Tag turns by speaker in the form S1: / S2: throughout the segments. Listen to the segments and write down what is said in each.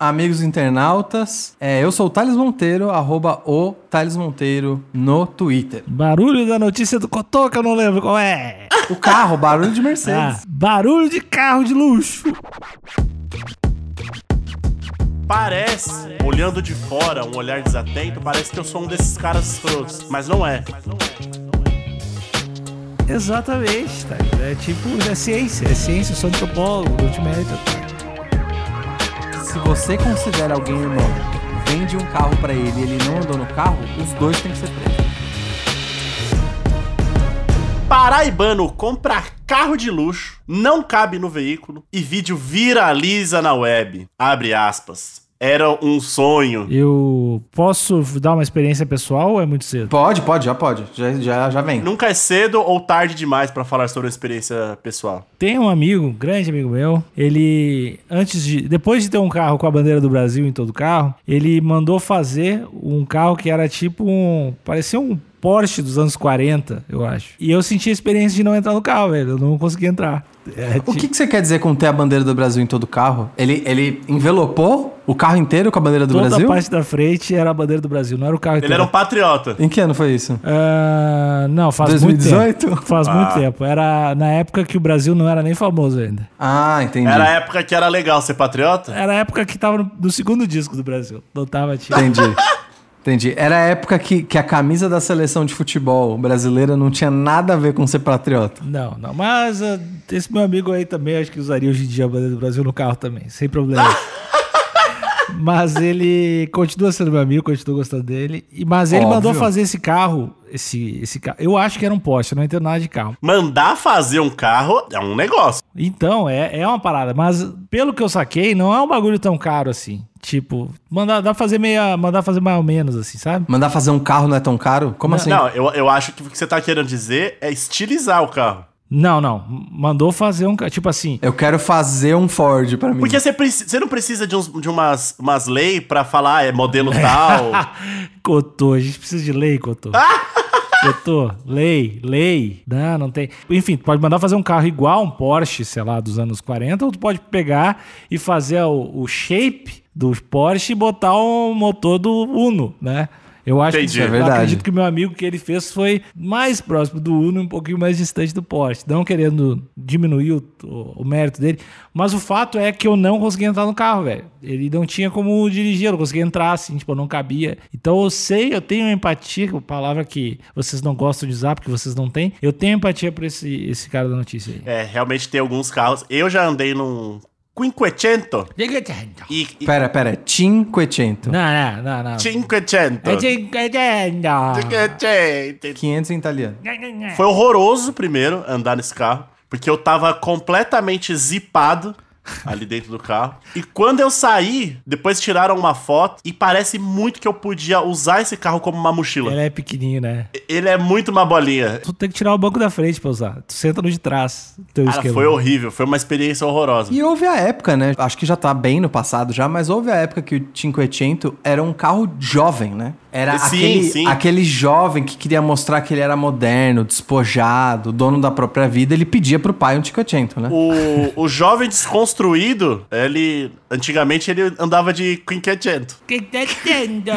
S1: amigos internautas. É, eu sou o Thales Monteiro, arroba o Thales Monteiro no Twitter.
S2: Barulho da notícia do Cotô, que eu não lembro qual é.
S1: O carro, barulho de
S2: Ah,
S1: Mercedes.
S2: barulho de carro de luxo.
S3: Parece, olhando de fora, um olhar desatento, parece que eu sou um desses caras frouxos, mas não é.
S2: Exatamente, tá? É tipo, é ciência, é ciência, eu sou antropólogo, dou de mérito. Ah.
S1: Se você considera alguém irmão, vende um carro pra ele e ele não andou no carro, os dois têm que ser presos.
S3: Paraibano compra carro de luxo, não cabe no veículo e vídeo viraliza na web. Abre aspas. Era um sonho.
S2: Eu posso dar uma experiência pessoal ou é muito cedo?
S1: Pode, pode, já pode. Já, já, já vem.
S3: Nunca é cedo ou tarde demais pra falar sobre uma experiência pessoal.
S2: Tem um amigo, um grande amigo meu, ele antes de depois de ter um carro com a bandeira do Brasil em todo carro, ele mandou fazer um carro que era tipo um, parecia um Porsche dos anos 40, eu acho. E eu senti a experiência de não entrar no carro, velho, eu não consegui entrar. É,
S1: O que, que você quer dizer com ter a bandeira do Brasil em todo carro? Ele, ele envelopou o carro inteiro com a bandeira do
S2: toda
S1: Brasil?
S2: a parte da frente era a bandeira do Brasil, não era o carro
S3: Ele era um patriota.
S1: Em que ano foi isso?
S2: Ah, não, faz muito
S1: 2018?
S2: tempo. Faz muito
S3: Ah.
S2: tempo. Era na época que o Brasil não era nem famoso ainda.
S1: Ah, entendi.
S3: Era a época que era legal ser patriota?
S2: Era a época que tava no, no segundo disco do Brasil. Não tava, tipo...
S1: Entendi. Entendi. Era a época que, que a camisa da seleção de futebol brasileira não tinha nada a ver com ser patriota.
S2: Não, não. Mas ah, esse meu amigo aí também acho que usaria hoje em dia a bandeira do Brasil no carro também, sem problema. mas ele continua sendo meu amigo, continua gostando dele. E- Mas ele
S1: Óbvio.
S2: mandou fazer esse carro, esse, esse carro. Eu acho que era um Porsche, eu não entendo nada de carro.
S3: Mandar fazer um carro é um negócio.
S2: Então, é, é uma parada. Mas pelo que eu saquei, não é um bagulho tão caro assim. Tipo, mandar, dá pra fazer meia, mandar fazer mais ou menos assim, sabe?
S1: Mandar fazer um carro não é tão caro? Como assim?
S3: Não, eu, eu acho que o que você tá querendo dizer é estilizar o carro.
S2: Não, não. Mandou fazer um, ca- tipo assim,
S1: Eu quero fazer um Ford pra mim.
S3: Porque você, preci- você não precisa de, uns, de umas, umas leis pra falar, ah, é modelo tal.
S2: Cotô, a gente precisa de lei, Cotô. Cotô, lei, lei. Não, não tem. Enfim, tu pode mandar fazer um carro igual um Porsche, sei lá, dos anos 40, ou tu pode pegar e fazer o, o shape do Porsche e botar o motor do Uno, né? Eu acho
S3: Entendi.
S2: que
S3: É
S1: verdade.
S2: Eu acredito que o meu amigo que ele fez foi mais próximo do Uno, e um pouquinho mais distante do Porsche, não querendo diminuir o, o- o mérito dele, mas o fato é que eu não consegui entrar no carro, velho. Ele não tinha como dirigir, eu não conseguia entrar assim, tipo, eu não cabia. Então eu sei, eu tenho empatia, que é uma palavra que vocês não gostam de usar porque vocês não têm. Eu tenho empatia por esse, esse cara da notícia aí.
S3: é, realmente tem alguns carros. Eu já andei num Quinquecento e. e
S1: Pera, pera. Cinquecento.
S2: Não, não, não, não.
S3: Cinquecento.
S2: Ah. É de-
S3: Cinquecento.
S1: 500 em italiano.
S3: É. Foi horroroso primeiro andar nesse carro, porque eu tava completamente zipado ali dentro do carro. E quando eu saí, depois tiraram uma foto e parece muito que eu podia usar esse carro como uma mochila.
S2: Ele é pequenininho, né?
S3: Ele é muito uma bolinha.
S2: Tu tem que tirar o banco da frente pra usar. Tu senta no de trás. Teu
S3: Cara,
S2: esquema.
S3: foi horrível, foi uma experiência horrorosa.
S1: E houve a época, né? Acho que já tá bem no passado já, mas houve a época que o Cinquecento era um carro jovem, né? Era
S3: Sim,
S1: aquele,
S3: sim.
S1: aquele jovem que queria mostrar que ele era moderno, despojado, dono da própria vida. Ele pedia pro pai um Cinquecento, né?
S3: O, o jovem desconstruído, ele. Antigamente ele andava de quinquecento.
S2: Que tá tendo?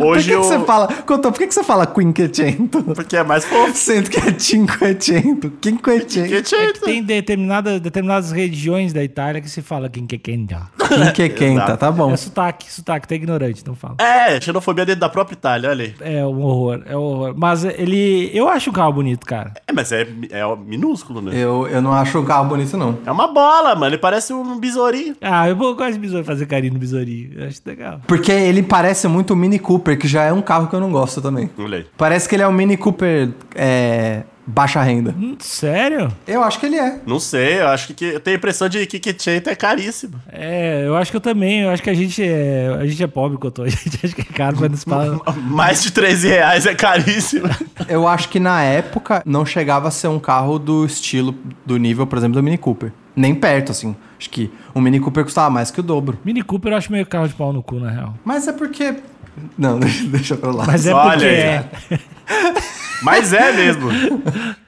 S3: Hoje
S1: por que, que
S3: eu-
S1: você fala. Contou, por que, que você fala quinquecento?
S3: Porque é mais fofo.
S1: Sendo que é cinquecento. Quinquecento.
S2: É que
S3: Quinquecento.
S2: tem determinada, determinadas regiões da Itália que se fala quinquequendo.
S1: Quinquequenta, tá bom.
S2: É sotaque, sotaque, tá ignorante, não fala.
S3: É, xenofobia dentro da própria Itália, olha aí.
S2: É um horror, é um horror. Mas ele. Eu acho o carro bonito, cara.
S3: É, mas é, é minúsculo, né?
S1: Eu, eu não acho o carro bonito, não.
S3: É uma bola, mano. Ele parece um besourinho.
S2: Ah, eu vou quase besouro fazer carinho no besourinho. Eu acho legal.
S1: Porque ele parece muito o Mini Cooper, que já é um carro que eu não gosto também.
S3: Olha aí.
S1: Parece que ele é um Mini Cooper é, baixa renda.
S2: Hum, Sério?
S1: Eu acho que ele é.
S3: Não sei, eu acho que, que- eu tenho a impressão de que kitchen é caríssimo.
S2: É, eu acho que eu também. Eu acho que a gente é, a gente é pobre, Cotô. A gente acha que é caro, mas não se fala.
S3: Mais de 13 reais é caríssimo.
S1: Eu acho que na época não chegava a ser um carro do estilo, do nível, por exemplo, do Mini Cooper. Nem perto, assim. Acho que o Mini Cooper custava mais que o dobro.
S2: Mini Cooper eu acho meio carro de pau no cu, na real.
S1: Mas é porque. Não, deixa pra lá.
S2: Mas é
S3: Olha
S2: porque
S3: aí.
S2: é.
S3: Mas é mesmo.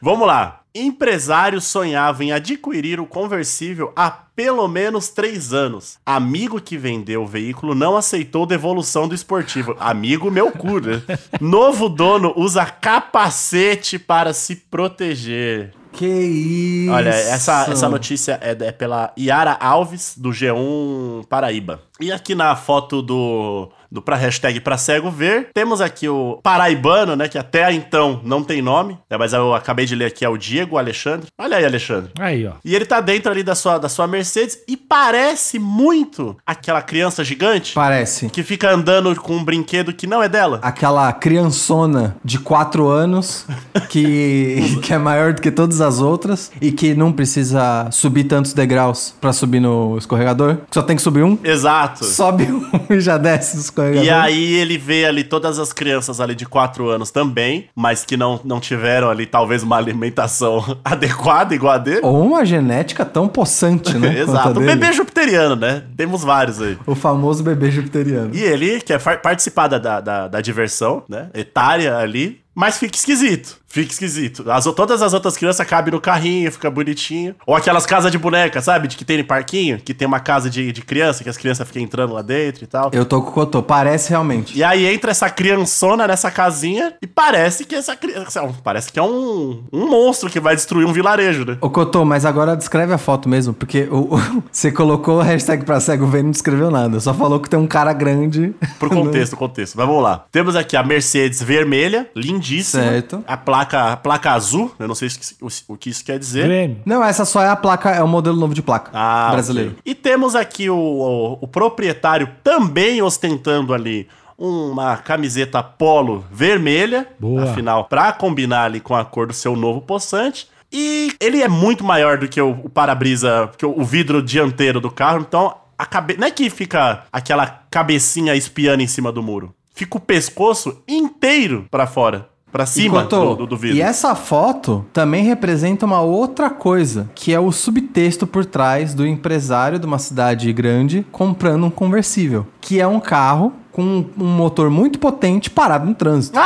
S3: Vamos lá. Empresário sonhava em adquirir o conversível há pelo menos três anos. Amigo que vendeu o veículo não aceitou devolução do esportivo. Amigo meu cu, né? Novo dono usa capacete para se proteger.
S1: Que isso.
S3: Olha, essa, essa notícia é, é pela Yara Alves, do G1 Paraíba. E aqui na foto do, do pra hashtag pra cego ver, temos aqui o paraibano, né? Que até então não tem nome, né, mas eu acabei de ler aqui, é o Diego Alexandre. Olha aí, Alexandre.
S2: Aí, ó.
S3: E ele tá dentro ali da sua, da sua Mercedes e parece muito aquela criança gigante
S1: Parece.
S3: que fica andando com um brinquedo que não é dela.
S1: Aquela criançona de 4 anos que, que é maior do que todas as outras e que não precisa subir tantos degraus pra subir no escorregador. Só tem que subir um.
S3: Exato.
S1: Sobe um e já desce no escorregador.
S3: E aí ele vê ali todas as crianças ali de 4 anos também, mas que não, não tiveram ali talvez uma alimentação adequada igual a dele.
S1: Ou uma genética tão possante, né?
S3: Exato,
S1: quanto
S3: o
S1: a dele.
S3: bebê jupiteriano, né? Temos vários aí.
S1: O famoso bebê jupiteriano.
S3: E ele quer far- participar da, da, da, da diversão, né? Etária ali. Mas fica esquisito. Fica esquisito. As, todas as outras crianças cabem no carrinho, fica bonitinho. Ou aquelas casas de boneca, sabe? De que tem em parquinho, que tem uma casa de, de criança, que as crianças ficam entrando lá dentro e tal.
S1: Eu tô com o Cotô, parece realmente.
S3: E aí entra essa criançona nessa casinha e parece que essa criança. Parece que é um, um monstro que vai destruir um vilarejo, né?
S1: Ô Cotô, mas agora descreve a foto mesmo, porque o- o- você colocou a hashtag pra cego ver e não descreveu nada. Só falou que tem um cara grande.
S3: Pro contexto, contexto. Mas vamos lá. Temos aqui a Mercedes vermelha, lindíssima.
S1: Certo.
S3: A placa, a placa azul, eu não sei se- o, o que isso quer dizer.
S2: Grêmio.
S1: Não, essa só é a placa, é o modelo novo de placa
S3: Ah,
S1: brasileiro.
S3: ok. E temos aqui o, o- o proprietário também ostentando ali uma camiseta polo vermelha.
S2: Boa.
S3: Afinal, pra combinar ali com a cor do seu novo possante. E ele é muito maior do que o, o para-brisa, que o, o vidro dianteiro do carro. Então, a cabe... não é que fica aquela cabecinha espiando em cima do muro. Fica o pescoço inteiro pra fora. Pra
S1: E,
S3: cima
S1: Cotô,
S3: do, do- do vidro.
S1: E essa foto também representa uma outra coisa, que é o subtexto por trás do empresário de uma cidade grande comprando um conversível, que é um carro com um motor muito potente parado no trânsito.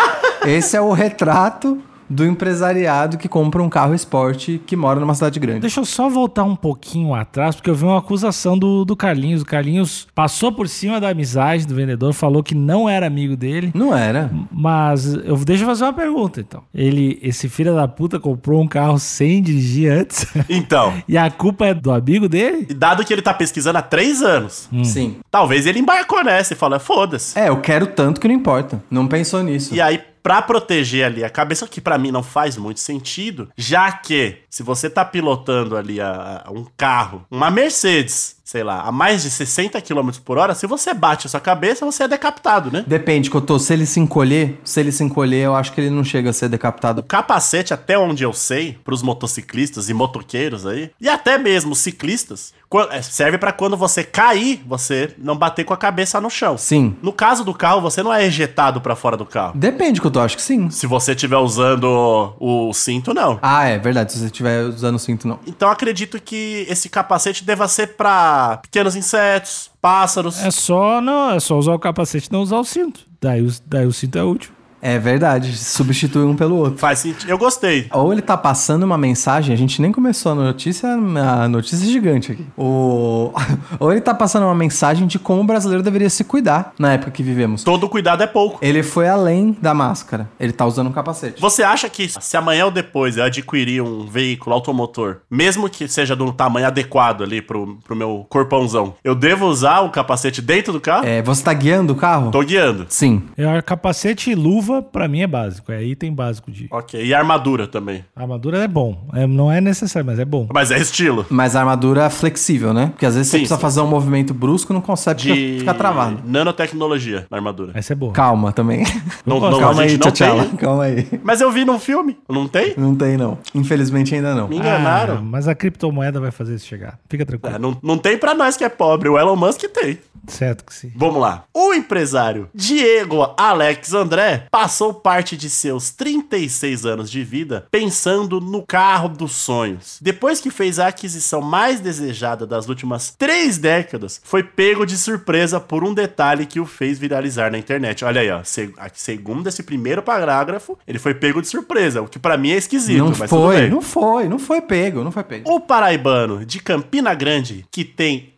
S1: Esse é o retrato do empresariado que compra um carro esporte que mora numa cidade grande.
S2: Deixa eu só voltar um pouquinho atrás, porque eu vi uma acusação do, do Carlinhos. O Carlinhos passou por cima da amizade do vendedor, falou que não era amigo dele.
S1: Não era?
S2: Mas eu deixa eu fazer uma pergunta, então. Ele, esse filho da puta, comprou um carro sem dirigir antes.
S3: Então,
S2: e a culpa é do amigo dele?
S3: e dado que ele tá pesquisando há três anos,
S1: Sim.
S3: talvez ele embarcou nessa e fala, foda-se.
S1: É, eu quero tanto que não importa. Não pensou nisso.
S3: E aí, pra proteger ali a cabeça, que pra mim não faz muito sentido, já que se você tá pilotando ali a- a- um carro, uma Mercedes, sei lá, a mais de 60 km por hora, se você bate a sua cabeça, você é decapitado, né?
S1: Depende, Cotô, se ele se encolher, se ele se encolher, eu acho que ele não chega a ser
S3: O
S1: decapitado.
S3: capacete, até onde eu sei, pros motociclistas e motoqueiros aí, e até mesmo ciclistas, quan- é, serve pra quando você cair, você não bater com a cabeça no chão.
S1: Sim.
S3: No caso do carro, você não é ejetado pra fora do carro.
S1: Depende, Cotô, acho que sim.
S3: Se você estiver usando o cinto, não.
S1: Ah, é verdade. Se você estiver usando o cinto, não.
S3: Então acredito que esse capacete deva ser pra pequenos insetos, pássaros.
S2: É só, não, é só usar o capacete e não usar o cinto. Daí, o- daí o cinto é útil.
S1: É verdade. Substitui um pelo outro.
S3: Faz sentido. Eu gostei.
S1: Ou ele tá passando uma mensagem, a gente nem começou a notícia, a notícia é gigante aqui. O... Ou ele tá passando uma mensagem de como o brasileiro deveria se cuidar na época que vivemos.
S3: Todo cuidado é pouco.
S1: Ele foi além da máscara. Ele tá usando um capacete.
S3: Você acha que se amanhã ou depois eu adquirir um veículo automotor, mesmo que seja de um tamanho adequado ali pro, pro meu corpãozão, eu devo usar o capacete dentro do carro?
S1: É, você tá guiando o carro?
S3: Tô guiando.
S1: Sim.
S2: É capacete e luva luva, pra mim, é básico. É item básico de.
S3: Ok, e armadura também.
S2: Armadura é bom. É, não é necessário, mas é bom.
S3: Mas é estilo.
S1: Mas a armadura é flexível, né? Porque às vezes você
S3: Sim,
S1: precisa
S3: sim.
S1: fazer um movimento brusco não consegue
S3: De
S1: ficar fica travado.
S3: nanotecnologia na armadura.
S2: Essa é boa.
S1: Calma também.
S3: Não, não,
S1: Calma
S3: a
S1: aí,
S3: gente não tem.
S1: Tchatchala. Calma aí.
S3: Mas eu vi num filme, não tem?
S1: Não tem, não. Infelizmente ainda não.
S3: Me
S2: Ah,
S3: enganaram.
S2: mas a criptomoeda vai fazer isso chegar. Fica
S1: Ah,
S2: tranquilo.
S3: É, não, não tem pra nós que é pobre, o Elon Musk tem.
S2: Certo que sim.
S3: Vamos lá. O empresário Diego Alex André passou parte de seus 36 anos de vida pensando no carro dos sonhos. Depois que fez a aquisição mais desejada das últimas três décadas, foi pego de surpresa por um detalhe que o fez viralizar na internet. Olha aí, ó. Se- a- Segundo esse primeiro parágrafo, ele foi pego de surpresa, o que pra mim é esquisito,
S1: não
S3: mas tudo
S1: foi,
S3: bem.
S1: não foi, não foi pego, não foi pego.
S3: O paraibano de Campina Grande, que tem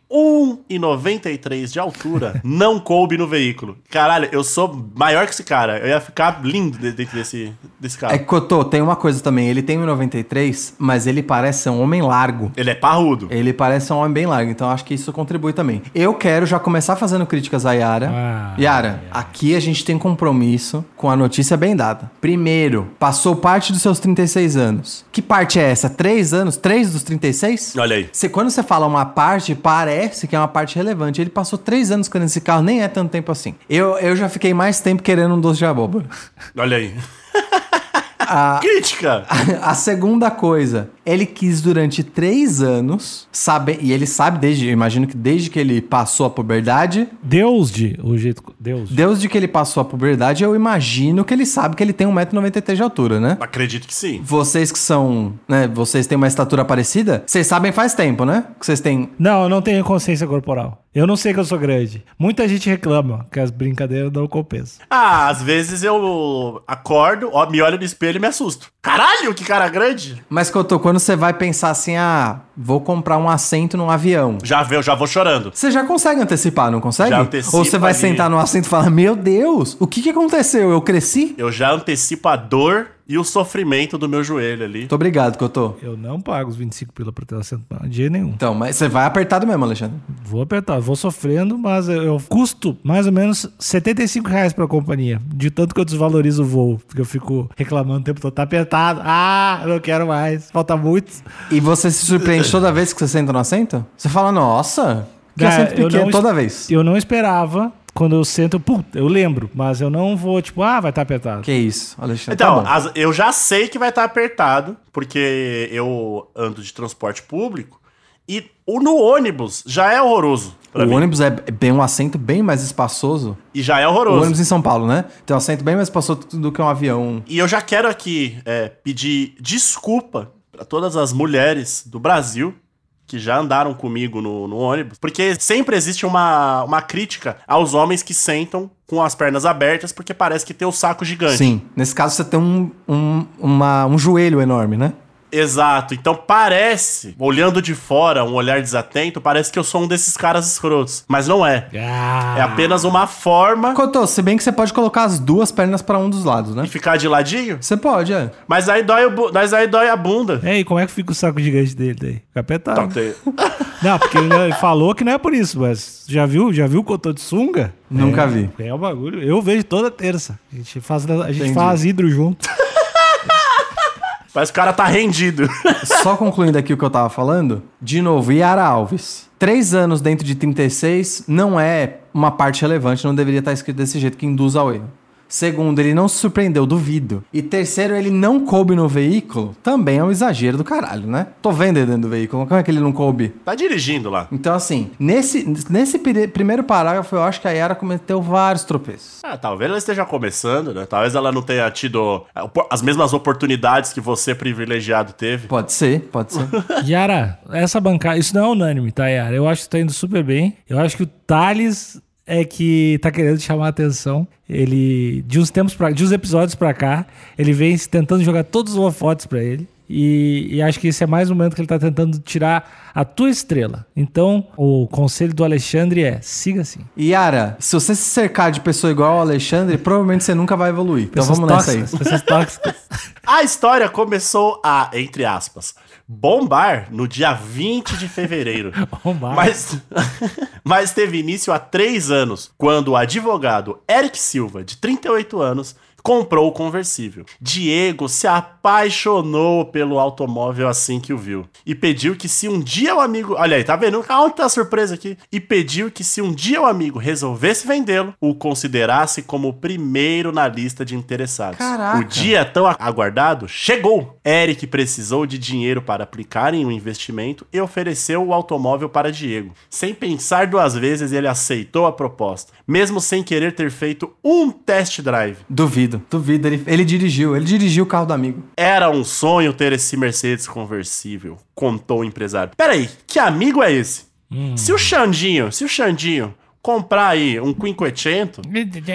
S3: 1,93 de altura, não coube no veículo. Caralho, eu sou maior que esse cara. Eu ia ficar lindo de- dentro desse, desse carro.
S1: É que Cotô, tem uma coisa também, ele tem 1,93, mas ele parece ser um homem largo.
S3: Ele é parrudo.
S1: Ele parece ser um homem bem largo, então acho que isso contribui também. Eu quero já começar fazendo críticas à Yara.
S2: Ah,
S1: Yara, aqui a gente tem compromisso com a notícia bem dada. Primeiro, passou parte dos seus 36 anos. Que parte é essa? Três anos? Três dos 36?
S3: Olha aí.
S1: Você, quando você fala uma parte, parece que é uma parte relevante. Ele passou três anos querendo esse carro, nem é tanto tempo assim. Eu, eu já fiquei mais tempo querendo um doce de abóbora.
S3: Olha aí. Crítica!
S1: A segunda coisa, ele quis durante três anos saber, e ele sabe desde, eu imagino que desde que ele passou a puberdade,
S2: Deus de. O jeito. Deus. de-
S1: desde que ele passou a puberdade, eu imagino que ele sabe que ele tem 1,93m de altura, né?
S3: Acredito que sim.
S1: Vocês que são, né, vocês têm uma estatura parecida, vocês sabem faz tempo, né? Que vocês têm
S2: Não, eu não tenho consciência corporal. Eu não sei que eu sou grande. Muita gente reclama que as brincadeiras não compensam.
S3: Ah, às vezes eu acordo, ó, me olho no espelho e me assusto. Caralho, que cara grande!
S1: Mas que eu tô, quando você vai pensar assim, ah, vou comprar um assento num avião.
S3: Já veio, já vou chorando.
S1: Você já consegue antecipar, não consegue?
S3: Já antecipa
S1: Ou você vai
S3: ali.
S1: sentar no assento e falar, meu Deus, o que que aconteceu? Eu cresci?
S3: Eu já antecipo a dor e o sofrimento do meu joelho ali.
S1: Muito obrigado, Cotô.
S2: Eu não pago os 25 pila pra ter assento de jeito nenhum.
S1: Então, mas você vai apertado mesmo, Alexandre.
S2: Vou apertar, vou sofrendo, mas eu, eu custo mais ou menos R$ 75 reais pra companhia. De tanto que eu desvalorizo o voo. Porque eu fico reclamando o tempo todo. Tá apertado. Ah, eu não quero mais. Falta muito.
S1: E você se surpreende toda vez que você senta no assento? Você fala, nossa, que
S2: Cara,
S1: assento
S2: É, eu
S1: pequeno
S2: não-
S1: toda vez.
S2: Eu não esperava. Quando eu sento, eu, puta, eu lembro. Mas eu não vou, tipo, ah, vai estar apertado.
S1: Que isso, Alexandre.
S3: Então,
S1: tá bom.
S3: as- eu já sei que vai estar apertado, porque eu ando de transporte público e o no ônibus já é horroroso pra
S1: o
S3: mim.
S1: ônibus é bem um assento bem mais espaçoso.
S3: E já é
S1: O
S3: horroroso.
S1: ônibus em São Paulo, né? Tem um assento bem mais espaçoso do que um avião.
S3: E eu já quero aqui é, pedir desculpa pra todas as mulheres do Brasil que já andaram comigo no, no ônibus, porque sempre existe uma, uma crítica aos homens que sentam com as pernas abertas porque parece que tem o saco gigante.
S1: Sim. Nesse caso, você tem um, um, uma- um joelho enorme, né?
S3: Exato. Então parece, olhando de fora, um olhar desatento, parece que eu sou um desses caras escrotos. Mas não é.
S2: Ah,
S3: É apenas uma forma
S1: Cotô, se bem que você pode colocar as duas pernas pra um dos lados, né?
S3: de ficar de ladinho.
S1: Você pode, é.
S3: Mas aí dói, o bu- mas aí dói a bunda.
S2: É, e como é que fica o saco gigante dele daí? Fica apertado.
S3: Então, tem-
S2: Não, porque ele ele falou que não é por isso, mas já viu, já viu o cotô de sunga?
S1: Nunca
S2: É,
S1: vi.
S2: É o bagulho. Eu vejo toda terça. A gente faz, a gente
S1: Entendi.
S2: faz hidro junto.
S3: Mas o cara tá rendido.
S1: Só concluindo aqui o que eu tava falando, de novo, Yara Alves. Três anos dentro de 36 não é uma parte relevante, não deveria estar escrito desse jeito que induz ao erro. Segundo, ele não se surpreendeu, duvido. E terceiro, ele não coube no veículo. Também é um exagero do caralho, né? Tô vendo ele dentro do veículo, como é que ele não coube?
S3: tá dirigindo lá.
S1: Então, assim, nesse, nesse pire- primeiro parágrafo, eu acho que a Yara cometeu vários tropeços.
S3: Ah, talvez ela esteja começando, né? Talvez ela não tenha tido ah, opor- as mesmas oportunidades que você, privilegiado, teve.
S1: Pode ser, pode ser.
S2: Yara, essa bancada, isso não é unânime, tá, Yara? Eu acho que tá indo super bem. Eu acho que o Thales é que tá querendo chamar a atenção. Ele, de uns tempos pra, de uns episódios pra cá, ele vem se tentando jogar todos os holofotes pra ele. E, e acho que esse é mais um momento que ele tá tentando tirar a tua estrela. Então, o conselho do Alexandre é: siga assim.
S1: Yara, se você se cercar de pessoa igual ao Alexandre, provavelmente você nunca vai evoluir. Então
S2: Pessoas
S1: vamos nessa aí.
S2: tóxicas, Pessoas tóxicas.
S3: A história começou a, entre aspas, bombar no dia 20 de fevereiro.
S2: Bombar.
S3: Mas, mas teve início há três anos, quando o advogado Eric Silva, de 38 anos, comprou o conversível. Diego se apaixonou pelo automóvel assim que o viu e pediu que se um dia o amigo, olha aí, tá vendo? Aonde tá a surpresa aqui? E pediu que se um dia o amigo resolvesse vendê-lo, o considerasse como o primeiro na lista de interessados.
S1: Caraca.
S3: O dia tão aguardado chegou. Eric precisou de dinheiro para aplicar em um investimento e ofereceu o automóvel para Diego. Sem pensar duas vezes, ele aceitou a proposta, mesmo sem querer ter feito um test drive.
S1: Duvido, duvido. Ele, ele dirigiu, ele dirigiu o carro do amigo.
S3: Era um sonho ter esse Mercedes conversível, contou o empresário. Peraí, que amigo é esse?
S1: Hum.
S3: Se o Xandinho, se o Xandinho comprar aí um Quinquecento,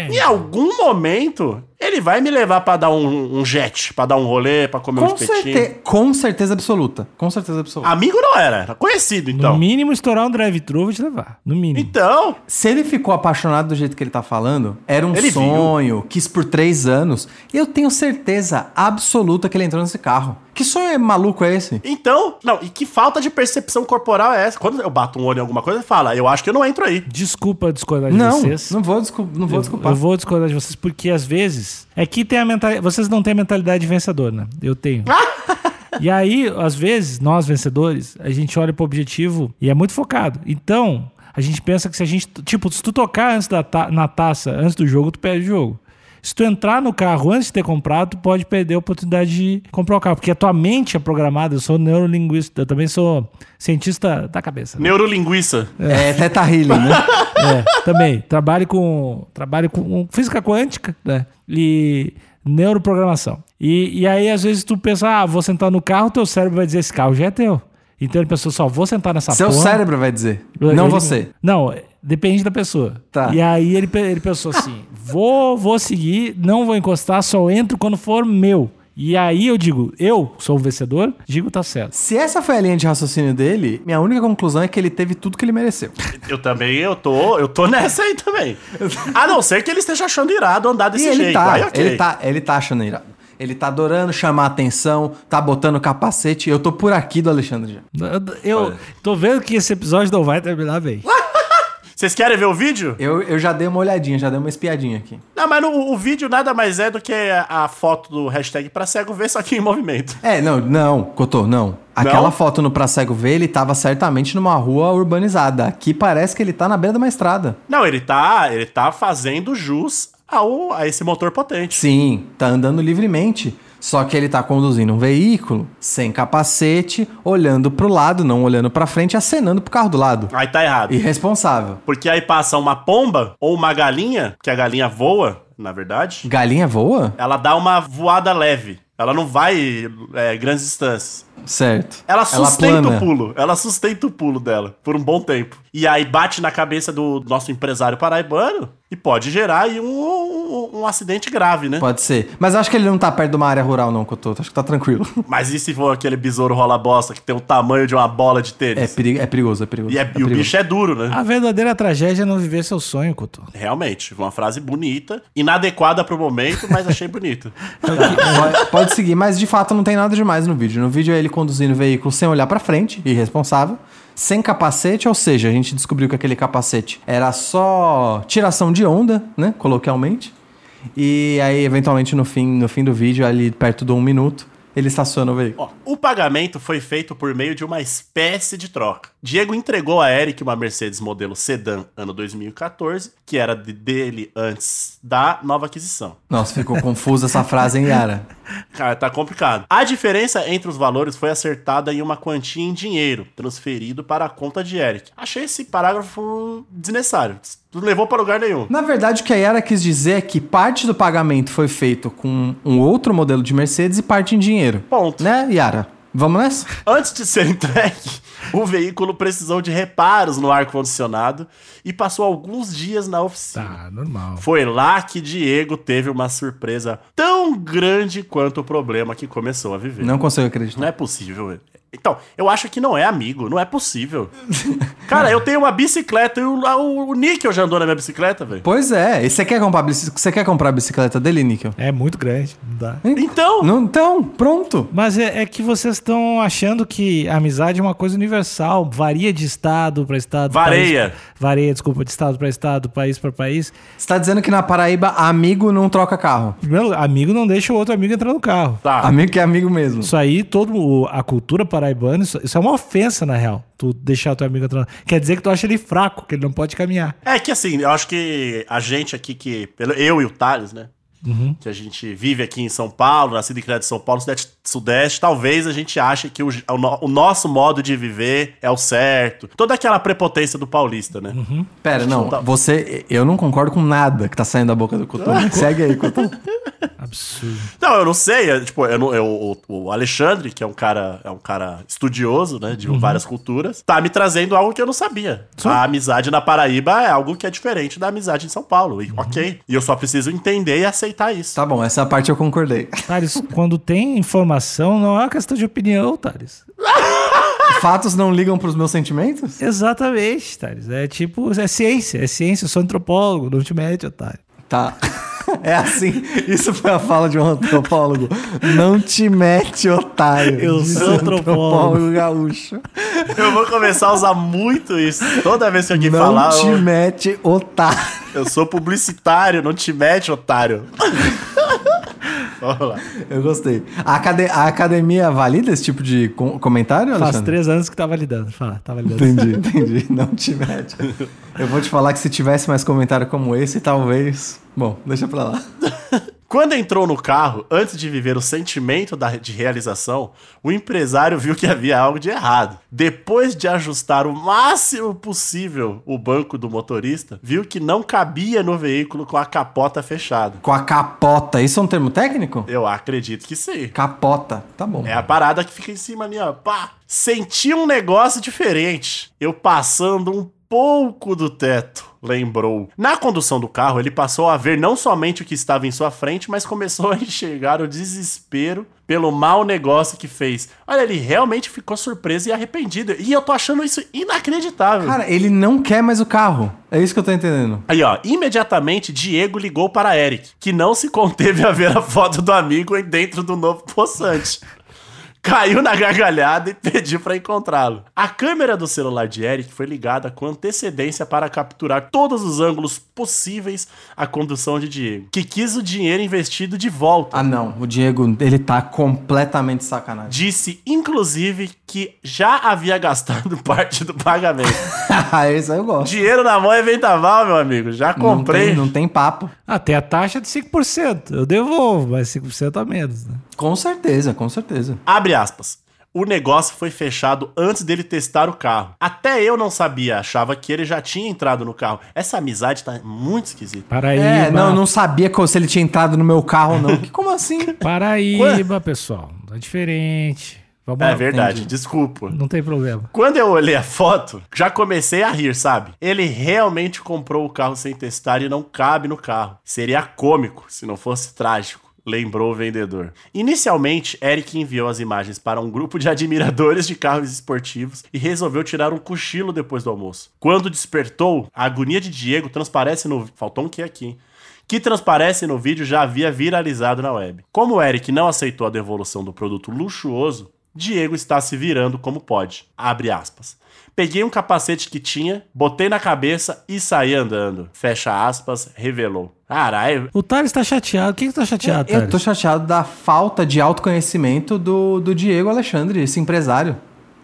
S3: em algum momento ele vai me levar pra dar um, um jet, pra dar um rolê, pra comer um
S1: Com,
S3: espetinho. Ah.
S1: certe com certeza absoluta. Com certeza absoluta.
S3: Amigo não era, era conhecido
S2: No
S3: então.
S2: mínimo, estourar um drive-thru, vou te levar. No mínimo.
S3: Então,
S1: Se ele ficou apaixonado do jeito que ele tá falando, era um
S3: Ele viu.
S1: sonho, quis por três anos. Eu tenho certeza absoluta que ele entrou nesse carro. Que sonho é maluco é esse?
S3: então, não, e que falta de percepção corporal é essa? Quando eu bato um olho em alguma coisa, ele fala, eu acho que eu não entro aí.
S2: Desculpa discordar de
S1: Não,
S2: vocês.
S1: não vou, descul não vou desculpar.
S2: Eu vou discordar de vocês, porque às vezes. É que tem a mentalidade. Vocês não têm a mentalidade vencedora, né? Eu tenho. E aí, às vezes, nós vencedores, a gente olha pro objetivo e é muito focado. Então, a gente pensa que se a gente. Tipo, se tu tocar antes da ta- na taça, antes do jogo, tu perde o jogo. Se tu entrar no carro antes de ter comprado, tu pode perder a oportunidade de comprar o carro. Porque a tua mente é programada. Eu sou neurolinguista, eu também sou cientista da cabeça. né?
S3: Neurolinguiça.
S1: É, Teta Healing, né?
S2: É, também. Trabalho com, trabalho com física quântica, né? E neuroprogramação. E, e aí, às vezes, tu pensa, ah, vou sentar no carro, teu cérebro vai dizer, esse carro já é teu. Então ele pensou, só vou sentar nessa
S1: Seu
S2: porra. é
S1: cérebro vai dizer,
S2: Ele- né?
S1: não você.
S2: Não, depende da pessoa.
S1: Tá.
S2: E aí ele, pe- ele pensou assim, vou, vou seguir, não vou encostar, só entro quando for meu. E aí eu digo, eu sou o vencedor, digo tá certo.
S1: Se essa foi a linha de raciocínio dele, minha única conclusão é que ele teve tudo que ele mereceu.
S3: Eu também, eu tô, eu tô nessa aí também. A não ser que ele esteja achando irado andar desse
S1: e ele
S3: jeito.
S1: tá,
S3: Aí, ok.
S1: ele tá, ele tá achando irado. Ele tá adorando chamar atenção, tá botando capacete. Eu tô por aqui do Alexandre já.
S2: Eu tô vendo que esse episódio não vai terminar bem.
S3: Vocês querem ver o vídeo?
S1: Eu, eu já dei uma olhadinha, já dei uma espiadinha aqui.
S3: Não, mas no- o vídeo nada mais é do que a, a foto do hashtag pra cego ver, só que em movimento.
S1: É, não, não, Cotô, não. Aquela foto no Pra Cego Ver, ele tava certamente numa rua urbanizada. Aqui parece que ele tá na beira de uma estrada.
S3: Não, ele tá, ele tá fazendo jus ao, a esse motor potente.
S1: Sim, tá andando livremente. Só que ele tá conduzindo um veículo, sem capacete, olhando pro lado, não olhando pra frente, acenando pro carro do lado.
S3: Aí tá errado.
S1: Irresponsável.
S3: Porque aí passa uma pomba ou uma galinha, que a galinha voa, na verdade,
S1: Galinha voa?
S3: ela dá uma voada leve. Ela não vai é, grandes distâncias.
S1: Certo.
S3: Ela sustenta o pulo. Ela sustenta o pulo dela por um bom tempo. E aí bate na cabeça do nosso empresário paraibano e pode gerar aí um, um- um acidente grave, né?
S1: Pode ser. Mas acho que ele não tá perto de uma área rural, não, Cotô. Acho que tá tranquilo.
S3: Mas e se for aquele besouro rola bosta que tem o tamanho de uma bola de
S1: É,
S3: tênis?
S1: peri- é perigoso, é perigoso.
S3: e é- e o
S1: perigoso.
S3: bicho é duro, né?
S2: A verdadeira tragédia é não viver seu sonho, Couto.
S3: Realmente, uma frase bonita, inadequada pro momento, mas achei bonita.
S1: Pode- Pode seguir, mas de fato não tem nada demais no vídeo. No vídeo é ele conduzindo o veículo sem olhar pra frente, irresponsável, sem capacete, ou seja, a gente descobriu que aquele capacete era só tiração de onda, né, coloquialmente. E aí, eventualmente, no fim, no fim do vídeo, ali perto do um minuto, ele estaciona o veículo.
S3: Ó, o pagamento foi feito por meio de uma espécie de troca. Diego entregou a Eric uma Mercedes modelo sedã ano 2014, que era de- dele antes da nova aquisição.
S1: Nossa, ficou confusa essa frase, hein, Yara?
S3: Cara, tá complicado. A diferença entre os valores foi acertada em uma quantia em dinheiro, transferido para a conta de Eric. Achei esse parágrafo desnecessário. Não levou para lugar nenhum.
S1: Na verdade, o que a Yara quis dizer é que parte do pagamento foi feito com um outro modelo de Mercedes e parte em dinheiro.
S3: Ponto.
S1: Né, Yara? Vamos nessa?
S3: Antes de ser entregue, o veículo precisou de reparos no ar-condicionado e passou alguns dias na oficina.
S2: Tá, normal.
S3: Foi lá que Diego teve uma surpresa tão grande quanto o problema que começou a viver.
S1: Não consigo acreditar.
S3: Não é possível. Então, eu acho que não é amigo, não é possível. Cara, eu tenho uma bicicleta e o, o, o Níquel já andou na minha bicicleta, velho.
S1: Pois é. E você quer comprar, a bici- você quer comprar a bicicleta dele, Níquel?
S2: É muito grande, não dá.
S3: Então,
S1: Não, então, pronto.
S2: Mas é, é que vocês estão achando que a amizade é uma coisa universal, varia de estado para estado.
S3: Vareia.
S2: país- vareia, desculpa, de estado para estado, país para país.
S1: Você tá dizendo que na Paraíba, amigo não troca carro.
S2: Primeiro, amigo não deixa o outro amigo entrar no carro.
S3: tá.
S1: Amigo que é amigo mesmo.
S2: Isso aí, todo o- a cultura paraibana, isso, isso é uma ofensa, na real. Tu deixar teu amigo entrar. no- Quer dizer que tu acha ele fraco, que ele não pode caminhar.
S3: É que assim, eu acho que a gente aqui que. pelo- Eu e o Thales, né? Que a gente vive aqui em São Paulo, nascido e criado em São Paulo, Sudeste, Sudeste talvez a gente ache que o, o no- o nosso modo de viver é o certo. Toda aquela prepotência do paulista, né?
S1: Pera, não. Você. Eu não concordo com nada que tá saindo da boca do Cotô.
S2: Ah.
S1: Segue aí, Cotô.
S2: Absurdo.
S3: Não, eu não sei. é, tipo, eu não- eu- o, o Alexandre, que é um cara, é um cara estudioso, né? De várias culturas, tá me trazendo algo que eu não sabia. A amizade na Paraíba é algo que é diferente da amizade em São Paulo. E ok. E eu só preciso entender e aceitar isso.
S1: Tá bom, essa parte eu concordei.
S2: Thales, quando tem informação, não é uma questão de opinião, Thales.
S1: Fatos não ligam pros meus sentimentos?
S2: Exatamente, Thales. É tipo, é ciência, é ciência. Eu sou antropólogo, não te mete, otário.
S1: Tá. É assim. Isso foi a fala de um antropólogo. Não te mete, otário.
S2: Eu
S1: Disse
S2: sou
S1: o
S2: antropólogo.
S1: gaúcho.
S3: Eu vou começar a usar muito isso. Toda vez que alguém
S1: não
S3: falar,
S1: te
S3: eu,
S1: mete, otário.
S3: eu sou publicitário, não te mete, otário. Vamos lá.
S1: Eu gostei. A, acade- a academia valida esse tipo de com- comentário,
S2: Faz
S1: Alexandre?
S2: três anos que tá validando. Fala, tá validando.
S1: Entendi, entendi. Não te mete. Eu vou te falar que se tivesse mais comentário como esse, talvez. Bom, deixa pra lá.
S3: Quando entrou no carro, antes de viver o sentimento da- de realização, o empresário viu que havia algo de errado. Depois de ajustar o máximo possível o banco do motorista, viu que não cabia no veículo com a capota fechada.
S1: Com a capota. Isso é um termo técnico?
S3: Eu acredito que sim.
S1: Capota. Tá bom.
S3: É a parada que fica em cima ali, ó. Pá! Senti um negócio diferente. Eu passando um pouco do teto, lembrou. Na condução do carro, ele passou a ver não somente o que estava em sua frente, mas começou a enxergar o desespero pelo mau negócio que fez. Olha, ele realmente ficou surpreso e arrependido. E eu tô achando isso inacreditável.
S1: Cara, ele não quer mais o carro. É isso que eu tô entendendo.
S3: Aí, ó, imediatamente Diego ligou para Eric, que não se conteve a ver a foto do amigo dentro do novo poçante. Caiu na gargalhada e pediu para encontrá-lo. A câmera do celular de Eric foi ligada com antecedência para capturar todos os ângulos possíveis à condução de Diego, que quis o dinheiro investido de volta.
S1: Ah, não. O Diego, ele tá completamente sacanagem.
S3: Disse, inclusive, que já havia gastado parte do pagamento.
S1: isso Ah, aí eu gosto.
S3: dinheiro na mão é ventaval, meu amigo. Já
S1: Não
S3: comprei.
S1: tem, não tem papo.
S2: Ah, tem a taxa de 5%. Eu devolvo, mas 5% a menos, né?
S1: Com certeza, com certeza.
S3: Abre aspas. O negócio foi fechado antes dele testar o carro. Até eu não sabia, achava que ele já tinha entrado no carro. Essa amizade tá muito esquisita.
S2: Paraíba.
S1: É, não, eu não sabia co- se ele tinha entrado no meu carro ou não. Que- Como assim?
S2: Paraíba, pessoal. Tá diferente. Vamos
S3: É
S2: lá.
S3: verdade,
S1: entendi.
S3: desculpa.
S2: Não tem problema.
S3: Quando eu olhei a foto, já comecei a rir, sabe? Ele realmente comprou o carro sem testar e não cabe no carro. Seria cômico se não fosse trágico. Lembrou o vendedor. Inicialmente, Eric enviou as imagens para um grupo de admiradores de carros esportivos e resolveu tirar um cochilo depois do almoço. Quando despertou, a agonia de Diego transparece no. Faltou um que aqui, hein? que transparece no vídeo já havia viralizado na web. Como o Eric não aceitou a devolução do produto luxuoso, Diego está se virando como pode. Abre aspas. Peguei um capacete que tinha, botei na cabeça e saí andando. Fecha aspas, revelou. Caralho.
S2: O Thales tá chateado. O que que tá
S3: É,
S2: chateado,
S1: Eu
S2: Thales?
S1: tô chateado da falta de autoconhecimento do, do Diego Alexandre, esse empresário.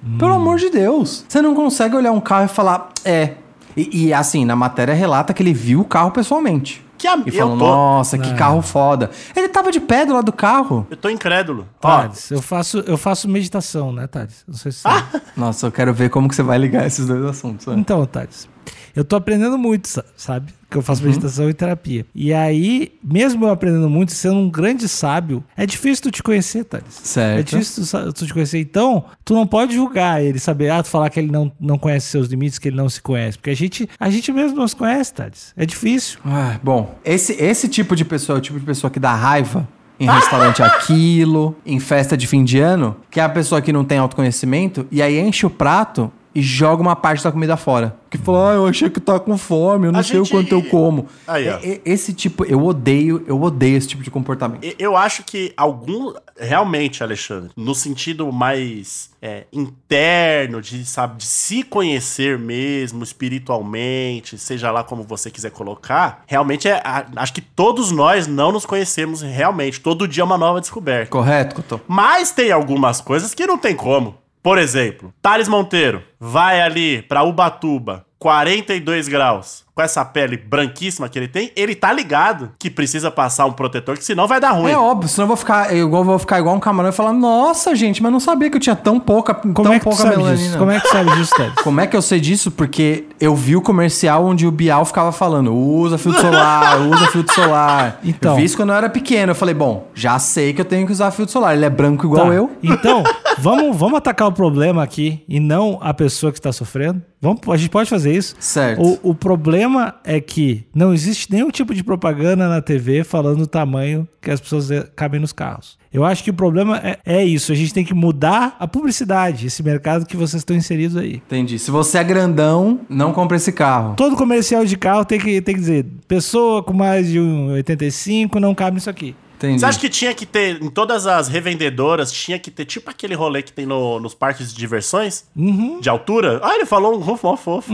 S3: Hum.
S1: Pelo amor de Deus. Você não consegue olhar um carro e falar, é. E, e, assim, na matéria relata que ele viu o carro pessoalmente.
S3: Que am-
S1: E
S3: eu
S1: falou,
S3: tô- É.
S1: nossa, que carro foda. Ele tava de pé do lado do carro.
S3: Eu tô incrédulo. Ó,
S2: Thales, eu faço, eu faço meditação, né, Thales? Não sei se você
S1: Ah!
S2: sabe.
S1: Nossa, eu quero ver como que você vai ligar esses dois assuntos. né?
S2: Então, Thales, eu tô aprendendo muito, sa- sabe? Que eu faço
S1: Uhum.
S2: meditação e terapia. E aí, mesmo eu aprendendo muito, sendo um grande sábio, é difícil tu te conhecer, Thales.
S1: Certo.
S2: É difícil tu, sa- tu te conhecer. Então, tu não pode julgar ele, saber, ah, tu falar que ele não, não conhece seus limites, que ele não se conhece. Porque a gente, a gente mesmo não se conhece, Thales. É difícil.
S1: Ah, bom, esse, esse tipo de pessoa é o tipo de pessoa que dá raiva em restaurante aquilo, em festa de fim de ano, que é a pessoa que não tem autoconhecimento e aí enche o prato e joga uma parte da comida fora. Que fala, ah, eu achei que tá com fome, eu não
S3: A
S1: sei o
S3: gente-
S1: quanto eu como.
S3: Aí, ó.
S1: E- e- Esse tipo, eu odeio, eu odeio esse tipo de comportamento.
S3: E- Eu acho que algum. Realmente, Alexandre, no sentido mais é, interno, de, sabe, de se conhecer mesmo, espiritualmente, seja lá como você quiser colocar, realmente é. a- Acho que todos nós não nos conhecemos realmente. Todo dia é uma nova descoberta.
S1: Correto, Cotô?
S3: Mas tem algumas coisas que não tem como. Por exemplo, Thales Monteiro vai ali pra Ubatuba, 42 graus, com essa pele branquíssima que ele tem, ele tá ligado que precisa passar um protetor, que senão vai dar ruim.
S1: É óbvio, senão eu vou ficar eu igual, vou ficar igual um camarão e falar, nossa, gente, mas não sabia que eu tinha tão pouca,
S2: Como
S1: tão
S2: é que tu
S1: pouca
S2: sabe
S1: melanina.
S2: disso? Como é que tu sabe disso, Ted?
S1: Como é que eu sei disso? Porque eu vi o comercial onde o Bial ficava falando: usa filtro solar, usa filtro solar.
S2: Então.
S1: Eu vi isso quando eu era pequeno. Eu falei: bom, já sei que eu tenho que usar filtro solar. Ele é branco igual
S2: Tá,
S1: eu.
S2: Então, vamos, vamos atacar o problema aqui e não a pessoa que está sofrendo. Vamos, a gente pode fazer isso.
S1: Certo.
S2: O, o problema é que não existe nenhum tipo de propaganda na TV falando o tamanho que as pessoas eh, cabem nos carros. Eu acho que o problema é, é isso. A gente tem que mudar a publicidade, esse mercado que vocês estão inseridos aí.
S1: Entendi. Se você é grandão, não compra esse carro.
S2: Todo comercial de carro tem que, tem que dizer: pessoa com mais de 1,85 não cabe nisso aqui.
S1: Entendi.
S3: Você acha que tinha que ter, em todas as revendedoras, tinha que ter tipo aquele rolê que tem no- nos parques de diversões?
S1: Uhum.
S3: De altura? Ah, ele falou um rufo mó fofo.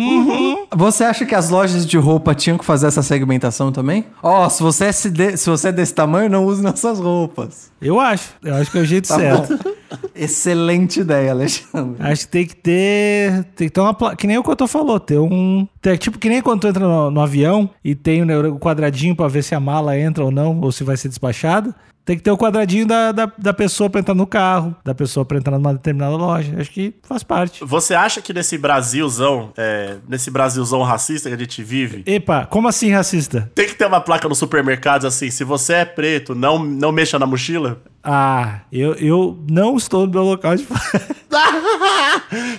S1: Você acha que as lojas de roupa tinham que fazer essa segmentação também? Ó, se, você é se de- se você é desse tamanho, não use nossas roupas.
S2: Eu acho. Eu acho que é o jeito
S1: Tá
S2: certo.
S1: bom. Excelente ideia, Alexandre.
S2: Acho que tem que ter. Tem que ter uma pla- Que nem o Cotô falou, ter um. ter- tipo, que nem quando tu entra no, no avião e tem o neuro- o quadradinho pra ver se a mala entra ou não, ou se vai ser despachada. Tem que ter o quadradinho da, da, da pessoa pra entrar no carro, da pessoa pra entrar numa determinada loja. Acho que faz parte.
S3: Você acha que nesse Brasilzão, é, nesse Brasilzão racista que a gente vive,
S2: Epa, como assim, racista?
S3: tem que ter uma placa no supermercado assim, se você é preto, não, não mexa na mochila?
S2: Ah, eu, eu não estou no meu local de fala.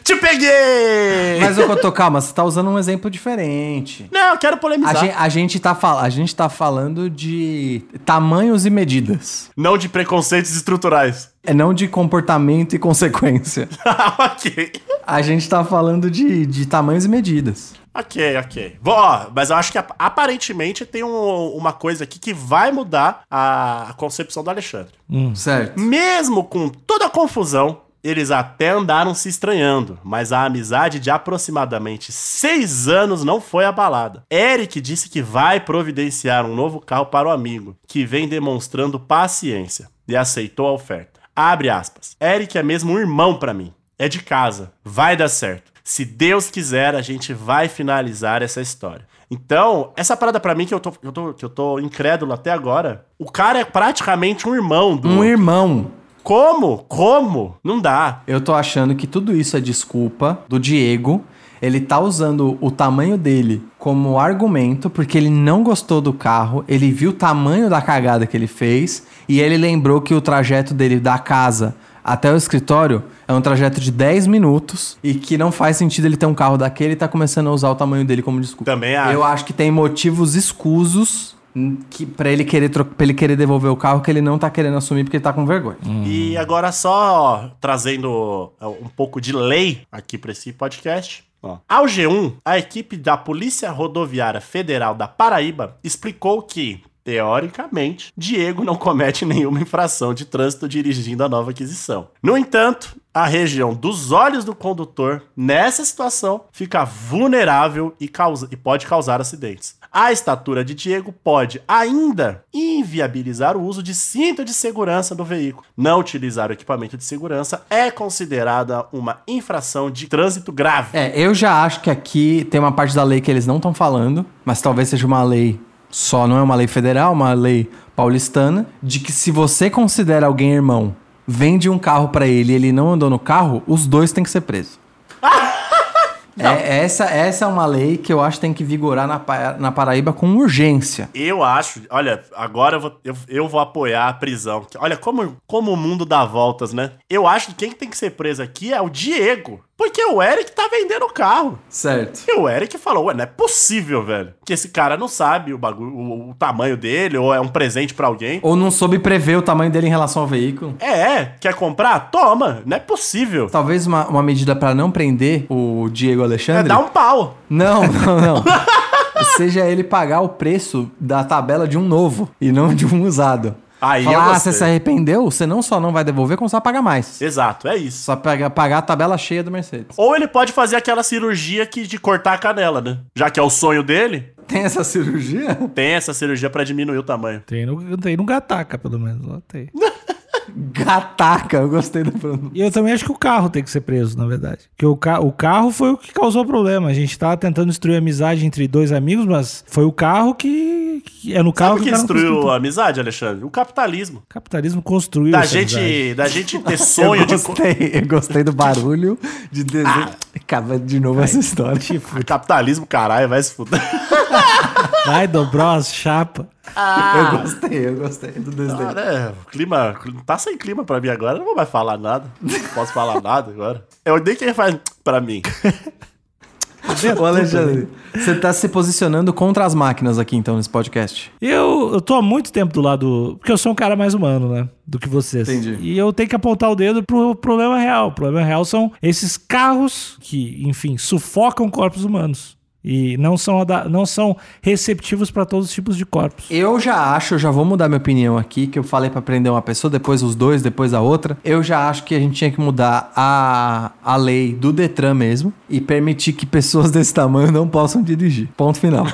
S3: Te peguei!
S1: Mas, ô, Cotô, calma, você tá usando um exemplo diferente.
S3: Não, eu quero
S1: A
S3: polemizar.
S1: gente, a, gente tá fal- a gente tá falando de tamanhos e medidas.
S3: Não de preconceitos estruturais.
S1: É não de comportamento e consequência.
S3: ok.
S1: A gente tá falando de, de tamanhos e medidas.
S3: Ok, ok. Bom, ó, mas eu acho que ap- aparentemente tem um- uma coisa aqui que vai mudar a concepção do Alexandre.
S1: Hum. Certo.
S3: Mesmo com toda a confusão, eles até andaram se estranhando, mas a amizade de aproximadamente seis anos não foi abalada. Eric disse que vai providenciar um novo carro para o amigo, que vem demonstrando paciência, e aceitou a oferta. Abre aspas. Eric é mesmo um irmão para mim. É de casa. Vai dar certo. Se Deus quiser, a gente vai finalizar essa história. Então, essa parada pra mim que eu tô, que eu tô, que eu tô incrédulo até agora, o cara é praticamente um irmão do
S1: Um irmão.
S3: como? Como? Não dá.
S1: Eu tô achando que tudo isso é desculpa do Diego. Ele tá usando o tamanho dele como argumento, porque ele não gostou do carro, ele viu o tamanho da cagada que ele fez, e ele lembrou que o trajeto dele da casa até o escritório é um trajeto de 10 minutos e que não faz sentido ele ter um carro daquele e tá começando a usar o tamanho dele como desculpa.
S3: Também acho.
S1: Eu acho que tem motivos escusos hum, que para ele querer tro- pra ele querer devolver o carro que ele não tá querendo assumir porque ele tá com vergonha.
S3: E agora só ó, trazendo ó, um pouco de lei aqui pra esse podcast. Ó. Ao G1, a equipe da Polícia Rodoviária Federal da Paraíba explicou que, teoricamente, Diego não comete nenhuma infração de trânsito dirigindo a nova aquisição. No entanto, a região dos olhos do condutor, nessa situação, fica vulnerável e, causa- e pode causar acidentes. A estatura de Diego pode ainda inviabilizar o uso de cinto de segurança do veículo. Não utilizar o equipamento de segurança é considerada uma infração de trânsito grave.
S1: É, eu já acho que aqui tem uma parte da lei que eles não estão falando, mas talvez seja uma lei só, não é uma lei federal, uma lei paulistana, de que se você considera alguém irmão, vende um carro pra ele e ele não andou no carro, os dois têm que ser presos. É, essa, essa é uma lei que eu acho que tem que vigorar na, Pa- na Paraíba com urgência.
S3: Eu acho, olha, agora eu vou, eu, eu vou apoiar a prisão. Olha como, como o mundo dá voltas, né? Eu acho que quem tem que ser preso aqui é o Diego. Porque o Eric tá vendendo o carro.
S1: Certo.
S3: E o Eric falou, ué, não é possível, velho. Que esse cara não sabe o bagulho, o, o tamanho dele, ou é um presente pra alguém.
S1: Ou não soube prever o tamanho dele em relação ao veículo.
S3: É, é, quer comprar? Toma, não é possível.
S1: Talvez uma, uma medida pra não prender o Diego
S3: É
S1: Alexandre.
S3: dar um pau.
S1: Não, não, não. Seja ele pagar o preço da tabela de um novo e não de um usado.
S3: Aí é eu
S1: Falar, ah,
S3: gostei.
S1: você se arrependeu? Você não só não vai devolver, como você vai pagar mais.
S3: Exato, é isso.
S1: Só pagar, pagar a tabela cheia do Mercedes.
S3: Ou ele pode fazer aquela cirurgia que de cortar a canela, né? Já que é o sonho dele,
S1: Tem essa cirurgia?
S3: tem essa cirurgia pra diminuir o tamanho.
S2: Tem no, tem no Gataca, pelo menos. Lá tem.
S1: Gataca, eu gostei do pronome.
S2: E eu também acho que o carro tem que ser preso, na verdade. Porque o, ca o carro foi o que causou o problema. A gente tava tentando destruir a amizade entre dois amigos, mas foi o carro que. que- é no carro
S3: Sabe o que
S2: o cara não
S3: destruiu
S2: conseguiu-
S3: a amizade, Alexandre? O capitalismo.
S2: O capitalismo construiu
S3: Da
S2: essa amizade.
S3: gente, da gente ter
S1: Eu
S3: sonho de. co- Ah.
S1: gostei, eu gostei do barulho de desenho. Acaba de novo essa história.
S3: Capitalismo, caralho, vai se fuder.
S2: Vai dobrar as chapas.
S3: Ah.
S1: Eu gostei, eu gostei do desenho.
S3: Cara, é, o clima. Tá sem clima pra mim agora. Eu não vou mais falar nada. Não posso falar nada agora. Eu nem quem faz pra mim.
S1: Ô, Alexandre, você tá se posicionando contra as máquinas aqui, então, nesse podcast.
S2: Eu, eu tô há muito tempo do lado. Porque eu sou um cara mais humano, né? Do que vocês.
S1: Entendi.
S2: E eu tenho que apontar o dedo pro problema real. O problema real são esses carros que, enfim, sufocam corpos humanos. E não são, ada- não são receptivos para todos os tipos de corpos.
S1: Eu já acho, eu já vou mudar minha opinião aqui, que eu falei pra prender uma pessoa, depois os dois, depois a outra. Eu já acho que a gente tinha que mudar a, a lei do Detran mesmo e permitir que pessoas desse tamanho não possam dirigir. Ponto final.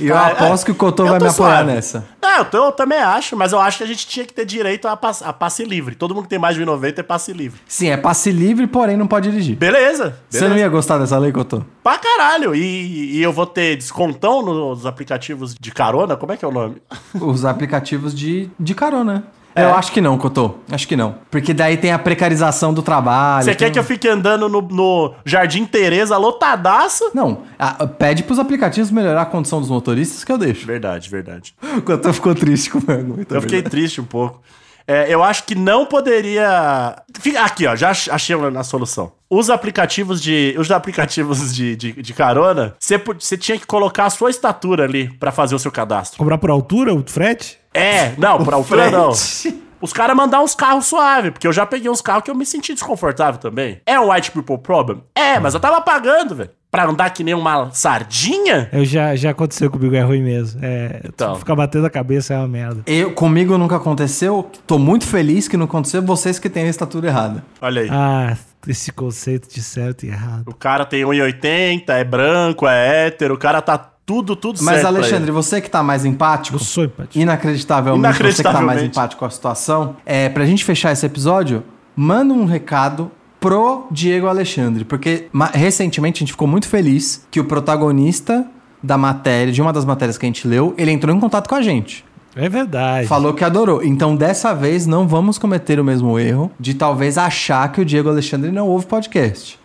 S1: E eu
S3: Cara,
S1: aposto que o Cotô
S3: Ah, Tá. é, eu
S1: vai
S3: tô
S1: me apoiar
S3: suave.
S1: nessa.
S3: É, eu, tô- eu também acho, mas eu acho que a gente tinha que ter direito a, passe- a passe livre. Todo mundo que tem mais de 1,90 é passe livre.
S1: Sim, é passe livre, porém não pode dirigir.
S3: Beleza.
S1: Você
S3: beleza.
S1: não ia gostar dessa lei, Cotô?
S3: Pra caralho. E, e eu vou ter descontão nos aplicativos de carona? Como é que é o nome?
S1: Os aplicativos de, de carona.
S3: É.
S1: Eu acho que não, Cotô. Acho que não. Porque daí tem a precarização do trabalho.
S3: Você quer
S1: tem- um-
S3: que eu fique andando no, no Jardim Tereza lotadaço?
S1: Não, a- pede pros aplicativos melhorar a condição dos motoristas que eu deixo.
S3: Verdade, verdade.
S1: O Cotô ficou triste com o meu argumento. é
S3: Eu fiquei
S1: verdade.
S3: triste um pouco. É, eu acho que não poderia. Fica- Aqui, ó, já ach- achei a solução. Os aplicativos de. Os aplicativos de, de, de carona, você po- você tinha que colocar a sua estatura ali pra fazer o seu cadastro.
S2: Cobrar por altura o frete?
S3: É, não, pra altura não.
S1: Frete.
S3: Os caras mandar uns carros suave, porque eu já peguei uns carros que eu me senti desconfortável também. É um white people problem? É, mas eu tava pagando, velho. Pra andar que nem uma sardinha?
S2: Eu já, já aconteceu comigo, é ruim mesmo. É,
S3: Então.
S2: Ficar batendo a cabeça é uma merda.
S1: Eu, comigo nunca aconteceu. Tô muito feliz que não aconteceu. Vocês que têm a estatura errada.
S3: Olha aí.
S2: Ah, esse conceito de certo e errado.
S3: O cara tem 1,80, é branco, é hétero, o cara tá tudo, tudo
S1: Mas,
S3: certo. pra
S1: Alexandre, você que tá mais empático,
S2: Eu sou empático.
S1: inacreditavelmente, você que tá mais
S3: Inacreditavelmente.
S1: empático com a situação, é, pra gente fechar esse episódio, manda um recado pro Diego Alexandre, porque ma- recentemente a gente ficou muito feliz que o protagonista da matéria, de uma das matérias que a gente leu, ele entrou em contato com a gente.
S2: É verdade.
S1: Falou que adorou. Então, dessa vez, não vamos cometer o mesmo erro de talvez achar que o Diego Alexandre não ouve podcast.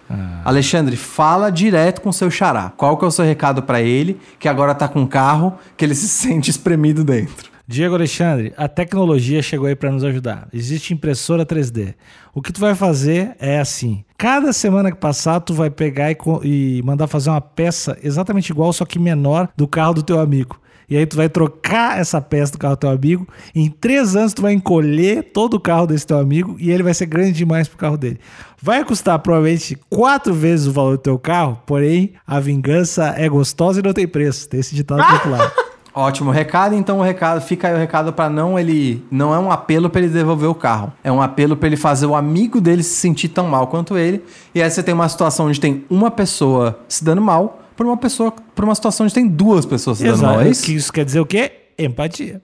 S1: Alexandre, fala direto com seu xará. Qual que é o seu recado pra ele, que agora tá com um carro, que ele se sente espremido dentro?
S2: Diego Alexandre, a tecnologia chegou aí para nos ajudar. Existe impressora 3D. O que tu vai fazer é assim: cada semana que passar, tu vai pegar e, co- e mandar fazer uma peça exatamente igual, só que menor, do carro do teu amigo. E aí tu vai trocar essa peça do carro do teu amigo. Em três anos tu vai encolher todo o carro desse teu amigo e ele vai ser grande demais pro carro dele. Vai custar provavelmente quatro vezes o valor do teu carro, porém a vingança é gostosa e não tem preço. Tem esse ditado popular.
S1: Ótimo recado, então o recado fica aí o recado pra não ele não é um apelo pra ele devolver o carro, é um apelo pra ele fazer o amigo dele se sentir tão mal quanto ele. E aí você tem uma situação onde tem uma pessoa se dando mal por uma pessoa por uma situação onde tem duas pessoas se dando mal. É isso?
S2: Que isso quer dizer o quê? Empatia.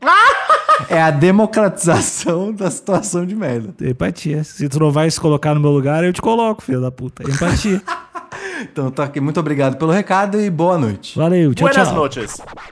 S1: É a democratização da situação de merda.
S2: Empatia. Se tu não vai se colocar no meu lugar, eu te coloco, filho da puta. Empatia.
S1: Então tá aqui, muito obrigado pelo recado e boa noite.
S2: Valeu,
S3: ele.
S2: tchau,
S3: Buenas
S2: tchau.
S3: noches.